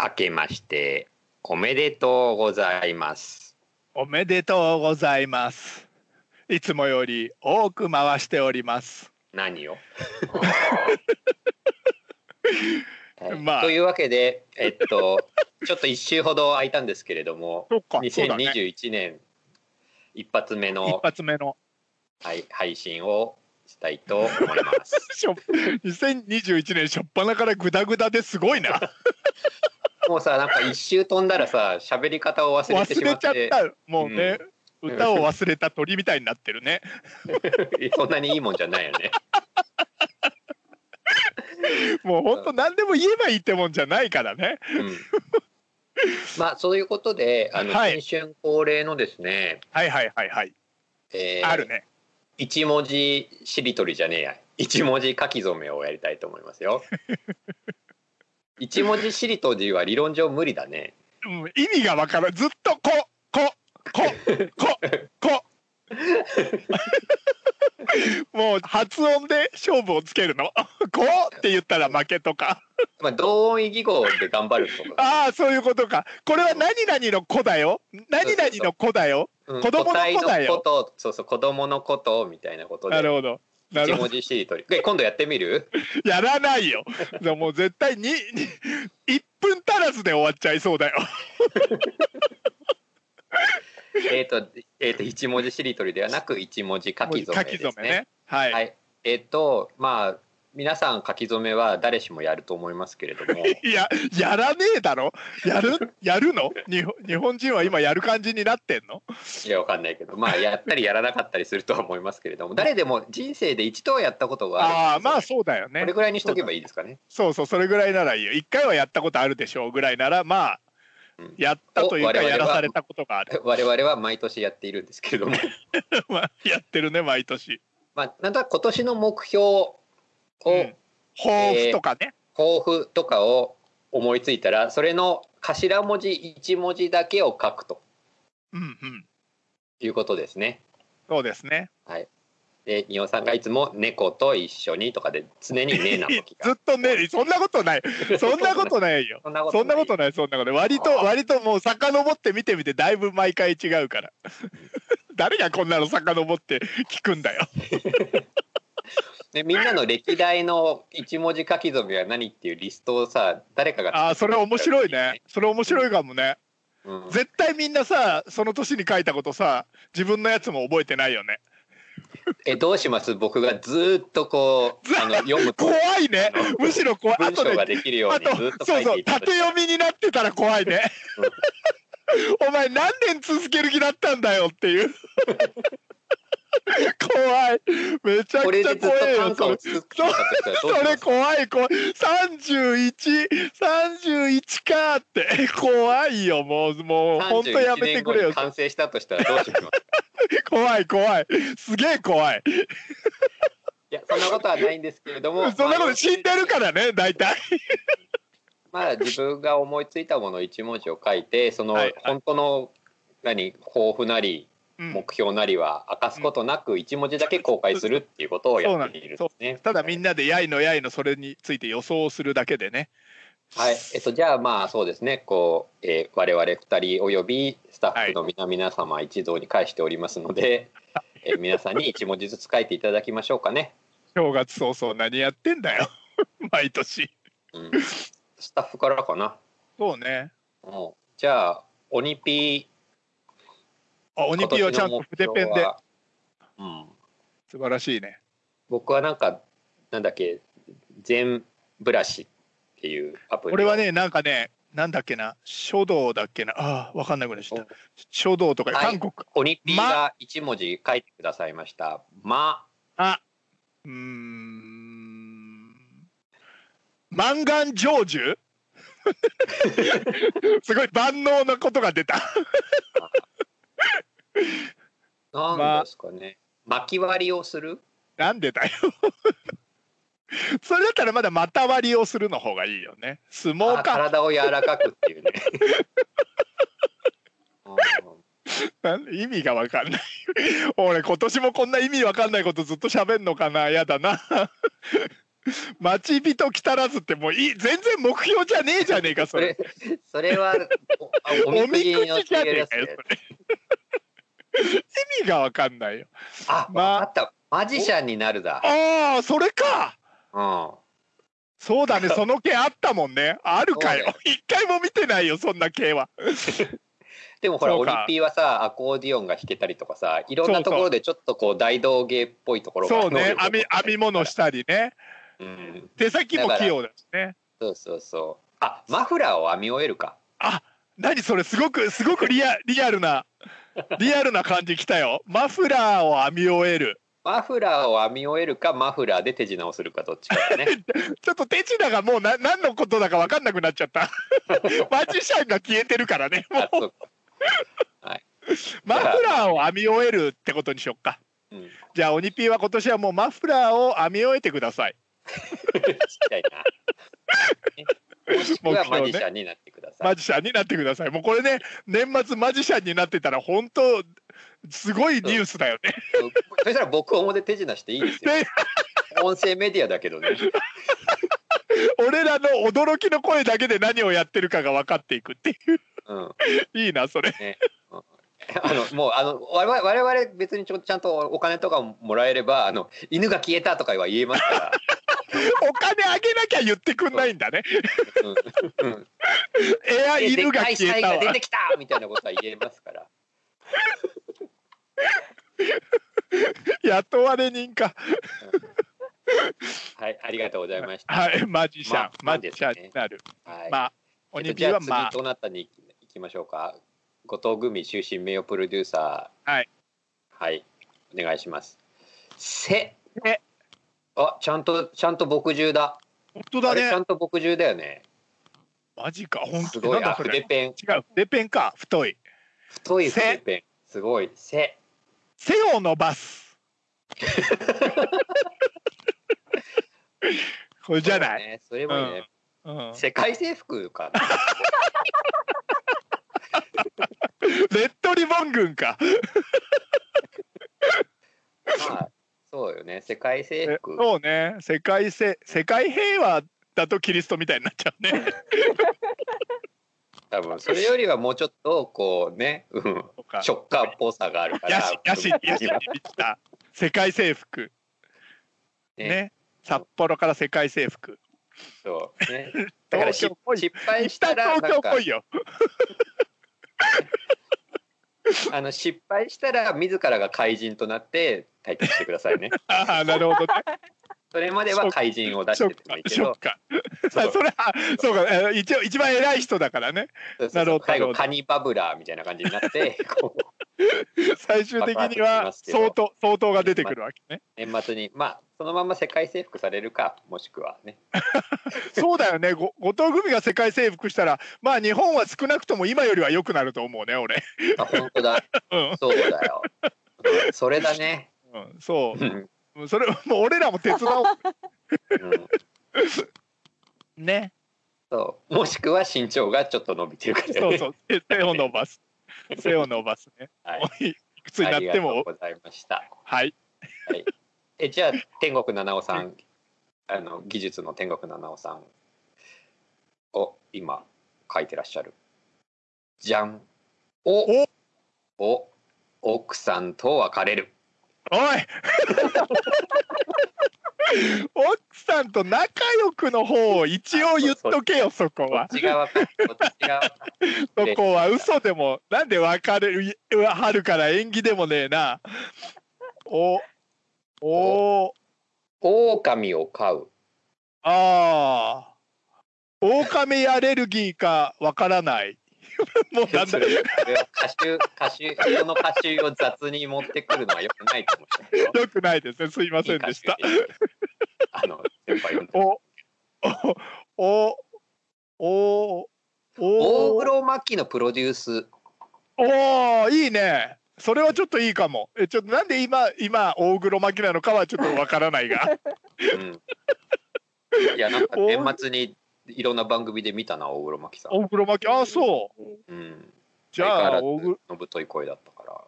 明けましておめでとうございます。おめでとうございます。いつもより多く回しております。何 を、えーまあというわけで、えっと、ちょっと1週ほど空いたんですけれども、そっかそうだね。 2021年一発目一の、発目のはい、配信をしたいと思います。 しょ2021年初っ端からグダグダですごいな。もうさ、なんか一周飛んだらさ、喋り方を忘れてし忘まれっ、ちゃってた。もうね、うん歌を忘れた鳥みたいになってるね。そんなにいいもんじゃないよね。もう本当何でも言えばいいってもんじゃないからね。うん、まあ、そういうことで、あの、はい新春恒例のですね、はいはいはいはい。えーあるね。一文字しりとりじゃねえや一文字書き初めをやりたいと思います よ一文字しりとりは理論上無理だねうん意味がわからん。ずっとここここ こ。もう発音で勝負をつけるの。 こって言ったら負けとか。まあ同音異義語で頑張るとか、ああそういうことか。これは何々の子だよ。何々の子だよ。うん子供の答え子だよことそうそう子供のことみたいなことなるでほど。な一るほ文字しりとりで今度やってみるど。やらないよ。でももう絶対にに一分足らずで終わっちゃいそうだよ。えっと,、えー、と一文字しりとりではなく一文字書き初めですねね。はい。はいえっ、とまあ皆さん書き初めは誰しもやると思いますけれどもいや、やらねえだろやる、やるの日本日本人は今やる感じになってんのいや、わかんないけど、まあ、やったりやらなかったりするとは思いますけれども、誰でも人生で一度はやったことがあああー、る。まあこそうだよねれ。ぐらいにしとけばいいですかね。そうそう、それぐらいならいいよ。一回はやったことあるでしょうぐらいなら、まあうん、やったというお我か、々はやらされたことが ある。我々は毎年やっているんですけれども、まあやってるね、毎年。まあ、なんとなく今年の目標を、うん抱負とかね。抱負とかを思いついたら、それの頭文字一文字だけを書くとうんうん。いうことですね。そうですね。で、仁王さんがいつも猫と一緒にとかで、常にねな時ずがっ。とね、そんなことない。 そんなことないよ。そんなことそんなないことない、そんなことない。割と、割ともう遡って見てみて、だいぶ毎回違うから。 誰がこんなの遡って聞くんだよ。 でみんなの歴代の一文字書き初めは何っていうリストをさ誰かが作っあてあそれ面白いね、それ面白いかもね、うん、絶対みんなさその年に書いたことさ自分のやつも覚えてないよねえどうします僕がずーっとこうあの読むと怖いねあのむしろ怖いあ文と章がねできるよあうにずーっととそ書ういそてういたと縦読みになってたら怖いね お前何年続ける気だったんだよっていう 怖いめちゃこくれちでずっゃ怖いとよ短歌そをれ作ってたとしたらどうそしまれす怖い怖い3131かって 怖いよもうもう本当や31めて年く後れよに完成したとしたらどうします い怖い怖いすげえ怖いやそんなことはないんですけれどもそんなこと死んでるからね大体まあ、まあ自分が思いついたものを一文字を書いてそのはいはい本当の何抱負なりうん目標なりは明かすことなく一文字だけ公開するっていうことをやっているんですね。ただみんななでやいのやいのそれについて予想するだけでねはい、えっと、じゃあまあそうですね、こう、えー、我々2人およびスタッフの皆皆様一同に返しておりますので、えー皆さんに1文字ずつ書いていただきましょうかね。正月早々何やってんだよ 毎年うん、スタッフからかな。そうねうんじゃあ、鬼ピあー、鬼ピーはちゃんと筆ペンで今年の目標は。うん、素晴らしいね僕はなんか、なんだっけ、全ブラシっていうアプリ。俺は、ねなんかねなんだっけな書道だっけなあーわかんなくなっちゃった書道とかはい韓国鬼ピーが1文字書いてくださいました。ま、あうーん。マンガン成就 すごい万能なことが出た。なんですかね。巻き割りをするなんでだよ。 それだったらまだ股割りをするの方がいいよね。相撲あか。体を柔らかくって いうね。うんなん意味がわかんない。 俺今年もこんな意味わかんないことずっと喋んのかな。やだな。 待ち人来たらずってもういい全然目標じゃねえじゃねえかそそれれそれはおあおみおくみじくのじじゃ違いねでえすかよそねれ意味がわかんないよあ、まあわかったマジシャンになるだああそれかうんそう だねその件あったもんねあるかよ一回も見てないよそんな系はでもほらそオうリかピーはさアコーディオンが弾けたりとかさいろんなところでちょっとこう大道芸っぽいところがそうね編み編み物したりねうん手先も器用だしねそうそうそうあマフラーを編み終えるかあ何それすごくすごくリアリアルなリアルな感じきたよマフラーを編み終えるマフラーを編み終えるかマフラーで手品をするかどっちかだね ちょっと手品がもうな何のことだか分かんなくなっちゃったマジシャンが消えてるからねもあうそうマフラーを編み終えるってことにしよっかうんちっじゃあオニピーは今年はもうマフラーを編み終えてくださいちゃいなもしくはマジシャンになってください、マジシャンになってくださいもうこれね年末マジシャンになってたら本当すごいニュースだよねそうそしたら僕表手品していいですよね音声メディアだけどね俺らの驚きの声だけで何をやってるかが分かっていくっていうんういいなそれあのもうあの我々我々別にちょちゃんとお金とかもらえればあの犬が消えたとかは言えますから、お金あげなきゃ言ってくんないん だね。うんうん、エアえ犬が消でっかえたいサイがわ出。てきたみたいなことは言えますから雇われ人か。はいありがとうございました、はい、マジシャンま。マジシャンになる。はいまあ、えおっとにじびゃはあ次まあ、どなたに行きましょうか後藤組終身名誉プロデューサーはいはいお願いしますせせあちゃんとちゃんと墨汁だ本当あだれちゃね。んと墨汁だよねマジか、本す当ごないんあだそれ。筆違ペンう、筆ペンか、太い。太いせ筆ペンすごいせ背を伸 ばす。これじゃない。い。それもいいね。うん世界征服かな。レッドリボン軍か。ま あそうよね。世界征え服。そうね、世界せ、世界平和だとキリストみたいになっちゃ うね。多分それよりはもうちょっとこうね、うん、とかショッカーっぽさがあるかヤらシ。ヤシヤシに満ちた世界征服ねね札幌から世界征服そう ね。だからし東京っぽい失敗した北ら 東な京んっかぽいよあの失敗したら自らが怪人となって対決してください ね。ああなるほどねそれまでは怪人を出しショてッてもいいクけショどッ、カそ そうそれはそうかえー一応一番偉い人だからねそうそうそうなるほど最なるほ後どカニバブラーみたいな感じにな って、こう最終的には相当相当が出てくるわけね年末にまあそのまま世界征服されるかもしくはね。そうだよねご後藤組が世界征服したらまあ日本は少なくとも今よりは良くなると思うね俺 あ本当だ。うん、そうだよ。うんそれだね。うん、そうんうそれもう俺らも手伝おう うんねそうもしくは身長がちょっと伸びてるからね。そうそう手手を伸 ばす背を伸ばすねはい。い、くつになってありがもとうございました。はいえじゃあ天国七尾さん、あの技術の天国七尾さんを今書いてらっしゃる。じゃん。おおお奥さんと別れる。おい 奥さんと仲良くの方を一応言っとけよそここっはち側かこっち側か。そこは嘘でもなんで別れるうわ春から縁起でもねえなおお狼を飼う。ああ狼アレルギーかわからない もうなんそだれそれは歌手歌手人の歌手を雑に持ってくるのは良くないと思いますよ。よくないですねすいませんでしたいい歌手です。あの先輩呼んでおおお大おお黒摩季のプロデュース。おおいいねそれはちょっといいかもえちょっとなんで今今大黒摩季なのかはちょっとわからな いがうん、いやなんかお年末にいろんな番組で見たな大黒摩季さん。大黒摩季ああそううん。じゃ相あ変大わらず黒のぶとい声だったから。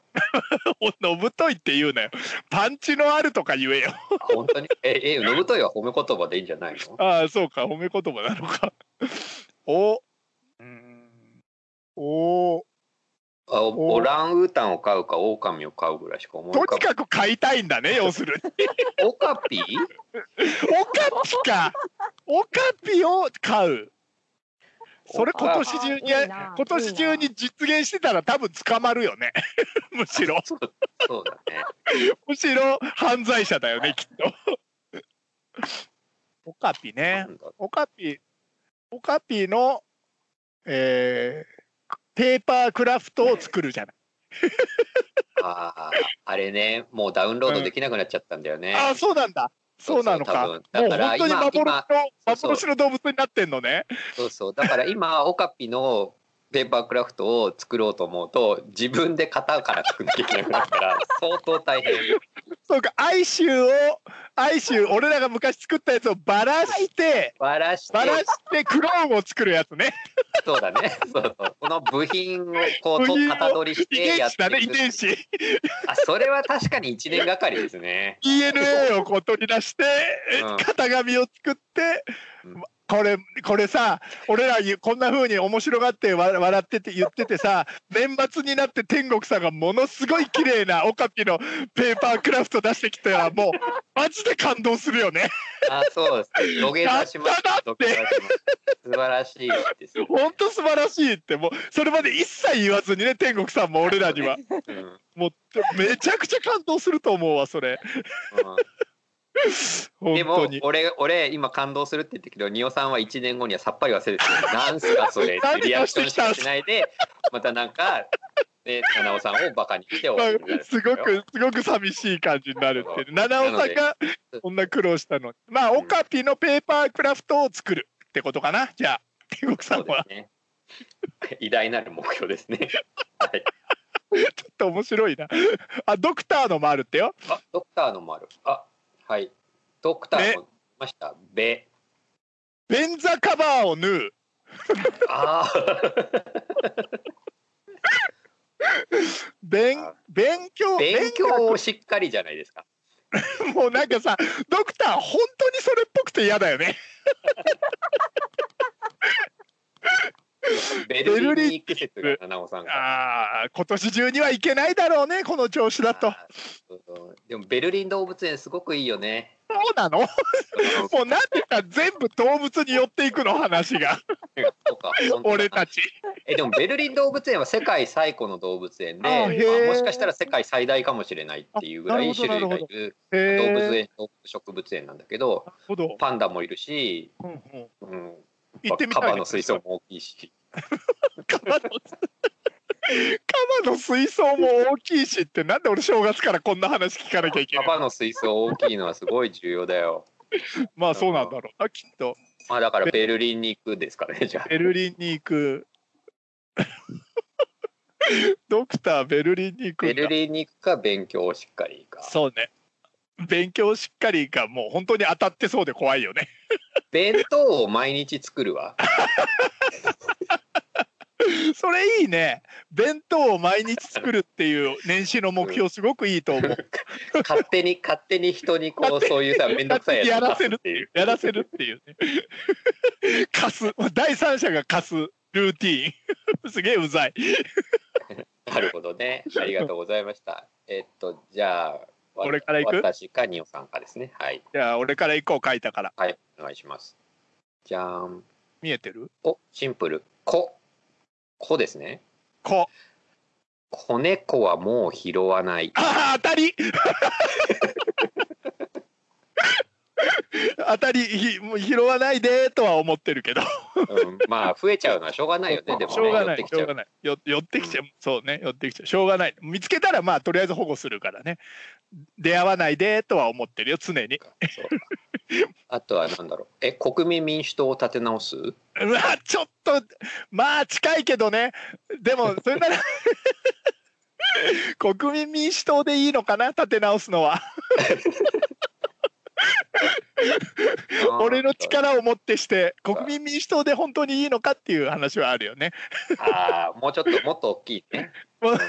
のぶといって言うなよ。パンチのあるとか言えよ。あ本当に ええのぶといは褒め言葉でいいんじゃないのああ、そうか、褒め言葉なのか。お。うんおあおオランウータンを飼うかオオカミを飼うぐらいしか思いと浮にかかく買いたいんだね、要するに。ばオカピオカピか。オカピを買う。それ今年中にあいいな今年中に実現してたら多分捕まるよね。 むしろそうだねむしろ犯罪者だよねきっと。オカピねな。んだオカピオカピの、えーペーパークラフトを作るじゃない。あーあれねもうダウンロードできなくなっちゃったんだよね、ああそうなんだ。そうなのか。そもうそうう多分本だから当に今幻の今そう幻の動物になってんのね。そうそうだから今オカピのペーパークラフトを作ろうと思うと自分で型から作んなきゃいけなくなる から相当大変そうか。哀愁を哀愁俺らが昔作ったやつをばらして。バラしてバラしてクローンを作るやつね。そうだねそうそうこの部品をこうと部品を型取りし遺てや伝っ子てだね、い遺く伝子。あそれは確かに1年がかりですね DNA をこう取り出して、うん型紙を作って、うんこれこれさ俺らにこんな風に面白がってわ笑ってて言っててさ年末になって天国さんがものすごい綺麗なオカピのペーパークラフト出してきたらもうマジで感動するよねあそうです土下座しましたやったなって土下座しました素晴らしいですよほんと素晴らしいってもうそれまで一切言わずにね天国さんも俺らにはうんうんもうめちゃくちゃ感動すると思うわそれ本で当もに俺俺今感動するって言ったけどニオさんは1年後にはさっぱり忘れてるなんすかそ れってリアクションしかしないでまたなんかで七尾さんをバカにして終まわありになるすごくすごく寂しい感じになるっていう七尾さんがこんな苦労したのにまあオカピのペーパークラフトを作るってことかなじゃあ天国さそうんではすね偉大なる目標ですねはいちょっと面白いなあドクターのもあるってよあドクターのもあるあはいドクターも来ましたべ便座カバーを縫うあ 勉あ勉強ー勉強をしっかりじゃないですか勉もうなんかさドクター本当にそれっぽくて嫌だよねベルリンに行く説が七尾さんがあー今年中にはいけないだろうねこの調子だとあーそうそうでもベルリン動物園すごくいいよね。 そうなのもそううなんでか全部動物に寄っていくの話 がか俺たち。ちえでもベルリン動物園は世界最古の動物園で、あまあ、ーへーもしかしたら世界最大かもしれないっていうぐらいあな種る類がほどいる動動物園動物植物園なんだけど、ほど。パンダもいるし、うんうんうん、行ってみたカい。バの水槽。も大きいし、カバの。カバの水槽も大きいしって、なんで俺正月からこんな話聞かなきゃいけ カない。バの水槽大きいのはすごい重要だよ。まあ、そうなんだろうな。きっと。まあだからベルリンに行くですかねじゃあ。ベルリンに行く。 ドクターベルリンに行くんベだル。リンに行くか勉強をしっかりか。そうね。勉強しっかりがもう本当に当たってそうで怖いよね。 弁当を毎日作るわ。それいいね。弁当を毎日作るっていう年始の目標すごくいい と思う。勝手に勝手に人にこうそういうさ面倒くさいやつを出すっていうやらせるっていうね。 貸す。第三者が貸すルーティーン。 すげえうざい。なるほどねありがとうございました えっとじゃあわ俺から行く私かニオさんかですねはいじゃあ俺から行こう書いたから。はいお願いしますじゃーん見えてるおシンプル「こ」「こ」ですねこ。 「子猫はもう拾わないああ当 たり当たりひもう拾わないでとは思ってるけど、」うん、 まあ増えちゃうのはしょうがないよね でもねしょうがな寄っいてきしちゃうょうがないよ寄ってきちゃう、そうね寄ってきちゃうしょうがない見つけたらまあとりあえず保護するからね出会わないでとは思ってるよ常にそうかあとはなんだろうえ国民民主党を立て直すうわちょっとまあ近いけどねでもそれなら 国民民主党でいいのかな立て直すのは 俺の力をもってして国民民主党で本当にいいのかっていう話はあるよね あーもうちょっともっと大きいねもううん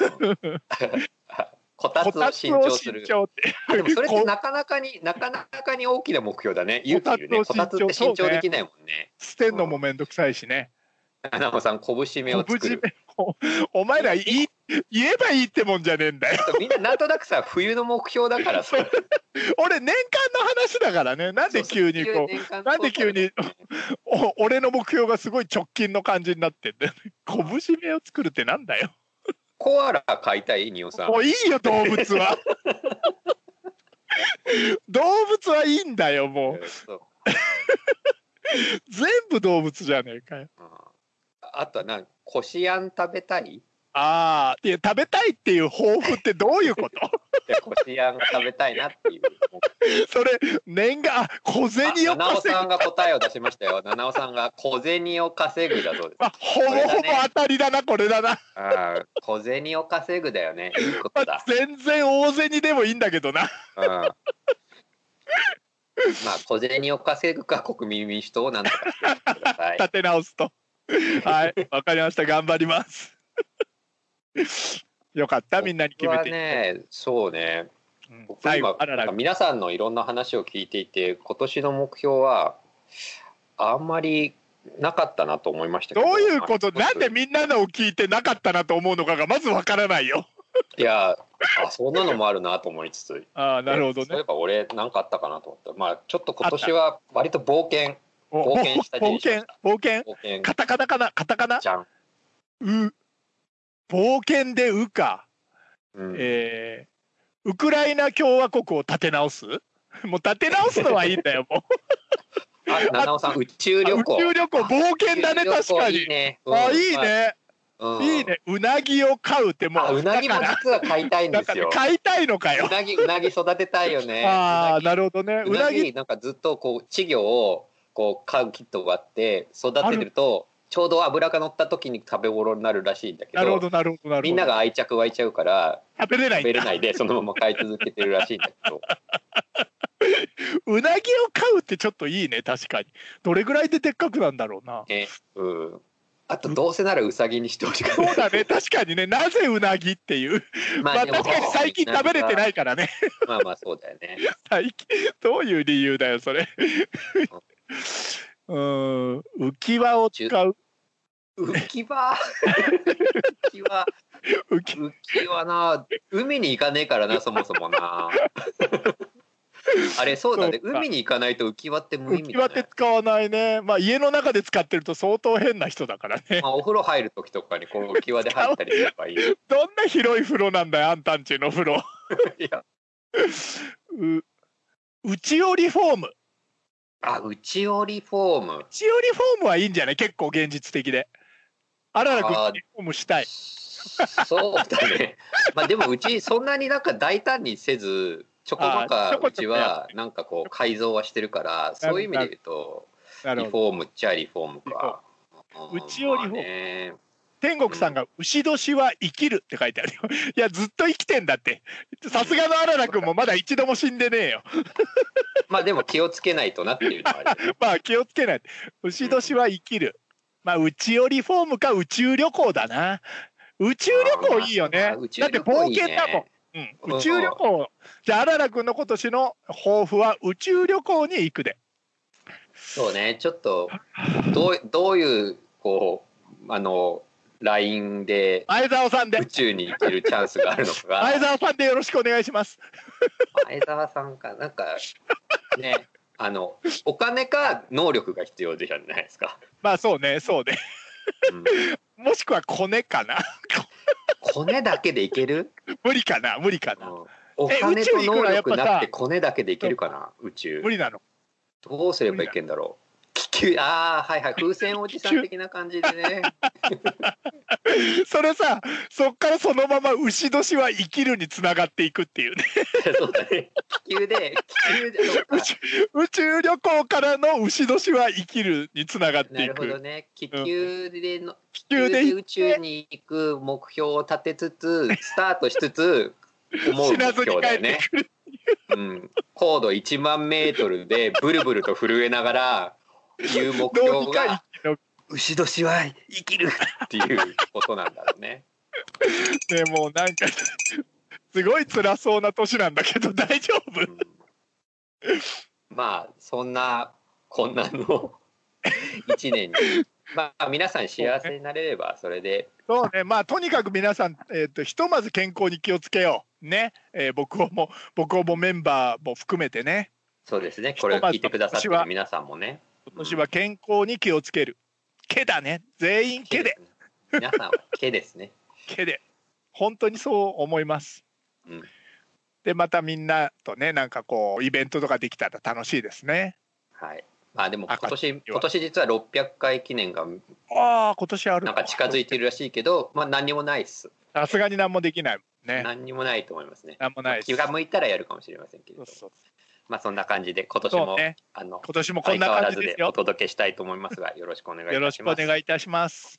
あこたこつをたつ新を調す新る。調ってあでもそれっこてなかなかになかなかに大きな目標だ ね。勇気いるね。ここたたつつをって新調新調できないもんね。捨てんのもめんどくさいしね。ナオさん拳目を昆布作締 る。めをお前らい言えばいいってもんじゃねえんだよ。みんななんとなくさ冬の目標だ からさ。俺年間の話だからね。なんで急にこう。年間なんで急 にそうそうお俺の目標がすごい直近の感じになってんだよね。拳目を作るってなんだよ。コアラ飼いたいニオさん。もういいよ動物 は。動物はいいんだよもうそう全部動物じゃねえかようんあとはなんこしあん食べたい。ああいや食べたいっていう抱負ってどういう ことでこしあんが食べたいなって いう。それ年があ小銭を稼ぐあ七尾さんが答えを出しましたよ。七尾さんが小銭を稼ぐだそうです。あほぼほぼ当たりだなこれだなあー小銭を稼ぐだよね。いいこと だ。全然大銭でもいいんだけどなうんまあ小銭を稼ぐか国民民主党をなんとかしてくだ さい。立て直す とはいわかりました頑張ります よかったみんなに決めてい僕はね、そうね。うん僕最今後あらなんから皆さんのいろんな話を聞いていて今年の目標はあんまりなかったなと思いましたけどどういうことまあなんでみんなのを聞いてなかったなと思うのかがまずわからないよいやあそんなのもあるなと思いつつあ あなるほどそういねえば俺なんかあったかなと思ったまあちょっと今年は割と冒険お冒険した冒人生険冒険冒険カタカナかなカタカナじゃん、う冒険でうかうんえーウクライナ共和国を立て直すもう立て直すのはいいんだよもうあ七尾さん 宇宙旅宇行宙旅行冒険だね宇宙旅確行かいにいね、うんあいいね、まあうんいいねうなぎを飼うってもあううなぎもだから実は買いたいんだでかすらよ飼いたいのかようなぎうなぎ育てたいよね ああうなぎなるほどねううななぎぎなんかずっとこう稚魚をこう飼うキットがあって育ててるとちょうど脂が乗った時に食べ頃になるらしいんだけなるほどどなるほどなるほどみんなが愛着湧いちゃうから食べれない食んべれだないでそのまま飼い続けてるらしいんだけ どうなぎを飼うってちょっといいね確かにどれぐらいででっかくなんだろうなね、うん、あとどうせならウサギにしてほしくそうない だね確かにねなぜうなぎっていうままあ確かに最近食べれてないいからねまあまあそうだよ ね最近どういう理由だよそれうーん浮き輪を使う浮き 輪浮き輪浮き浮き輪な海に行かねえからなそもそも なあれそうだねそうか海に行かないと浮き輪って無意浮味きだ、ね、輪って使わないねまあ家の中で使ってると相当変な人だからねまあ、お風呂入る時とかにこう浮き輪で入ったりすれば いいよどんな広い風呂なんだよあんたんちの風呂いやう内折りフォームあ内折りフォーム内折りフォームはいいんじゃない結構現実的であららくんあー内折りフォームしたいそうだねまあでもうちそんなになんか大胆にせずちょこまあーちかょこうちちょこやはなんかこう改造はしてるからそういう意味で言うとなリるフォほどームっちゃリフォームかフォーム内折りフォームまあね天国さんが牛年は生きるって書いてあるよいやずっと生きてんだってさすがのあららくんもまだ一度も死んでねえよまあでも気をつけないとなっていうのはあるよねまあ気をつけない。牛年は生きる。まあ内寄りフォームか宇宙旅行だな。宇宙旅行いいよねあ。ー宇宙だって旅行い冒いね険だもん。うん、うん宇宙旅行。じゃあ、あららくんの今年の抱負は宇宙旅行に行くで。そうねちょっとどうどういうこうあのラインで前澤さんで宇。宙に行けるチャンスがあるのかが前澤さんでよろしくお願いします。前澤さんかなんかねあのお金か能力が必要じゃないですか、まあそうね、そうね。うん、もしくはコネかな。 コネだけでいける、無理かな、無理かうな。んおえ金と宇宙行くの能はやっぱさ力なくてコネだけでいけるかな宇宙無理なの。どうすればいけんだろう気球ああはいはい風船おじさん的な感じでねそれさ、そっからそのまま牛年は生きるにつながっていくっていうね。 そうだね気球で気球でそうか宇宙宇宙旅行からの牛年は生きるにつながってないるほどく。ね気球での、地気球球でで行っ宇宙に行く目標を立てつつスタートしつつ思う死目なずに標帰だっよねてくる。うん、高度1万メートルでブルブルと震えながら言う目どう標にかが生きる牛年は生きるっていうことなんだろうね。ね、もうなんかすごい辛そうな年なんだけど大丈夫うんまあそんなこんなの一年にまあ皆さん幸せになれればそれでそうね、まあとにかく皆さん、えー、とひとまず健康に気をつけよう。ね、えー、僕をも僕をもメンバーも含めてね、そうですねこれを聞いてくださってる皆さんもね今年は健康に気をつける。毛だね、全員毛で、すね皆さんは毛ですね毛で。本当にそう思います。うんで、またみんなとね、なんかこうイベントとかできたら楽しいですね。はいまあでも今赤年今年実は600回記念がああ、今年あるなんか近づいてるらしいけどまあ何にもないっすさすがに何もできないもんね。何にもないと思いますね何もないです気。が向いたらやるかもしれませんけれそどうそうまあそんな感じで今年そうもね、あの今年もこん相な変わら感じずでですよお。届けしたいと思いますがよろしくお願いいよろたししくおます願いいたします。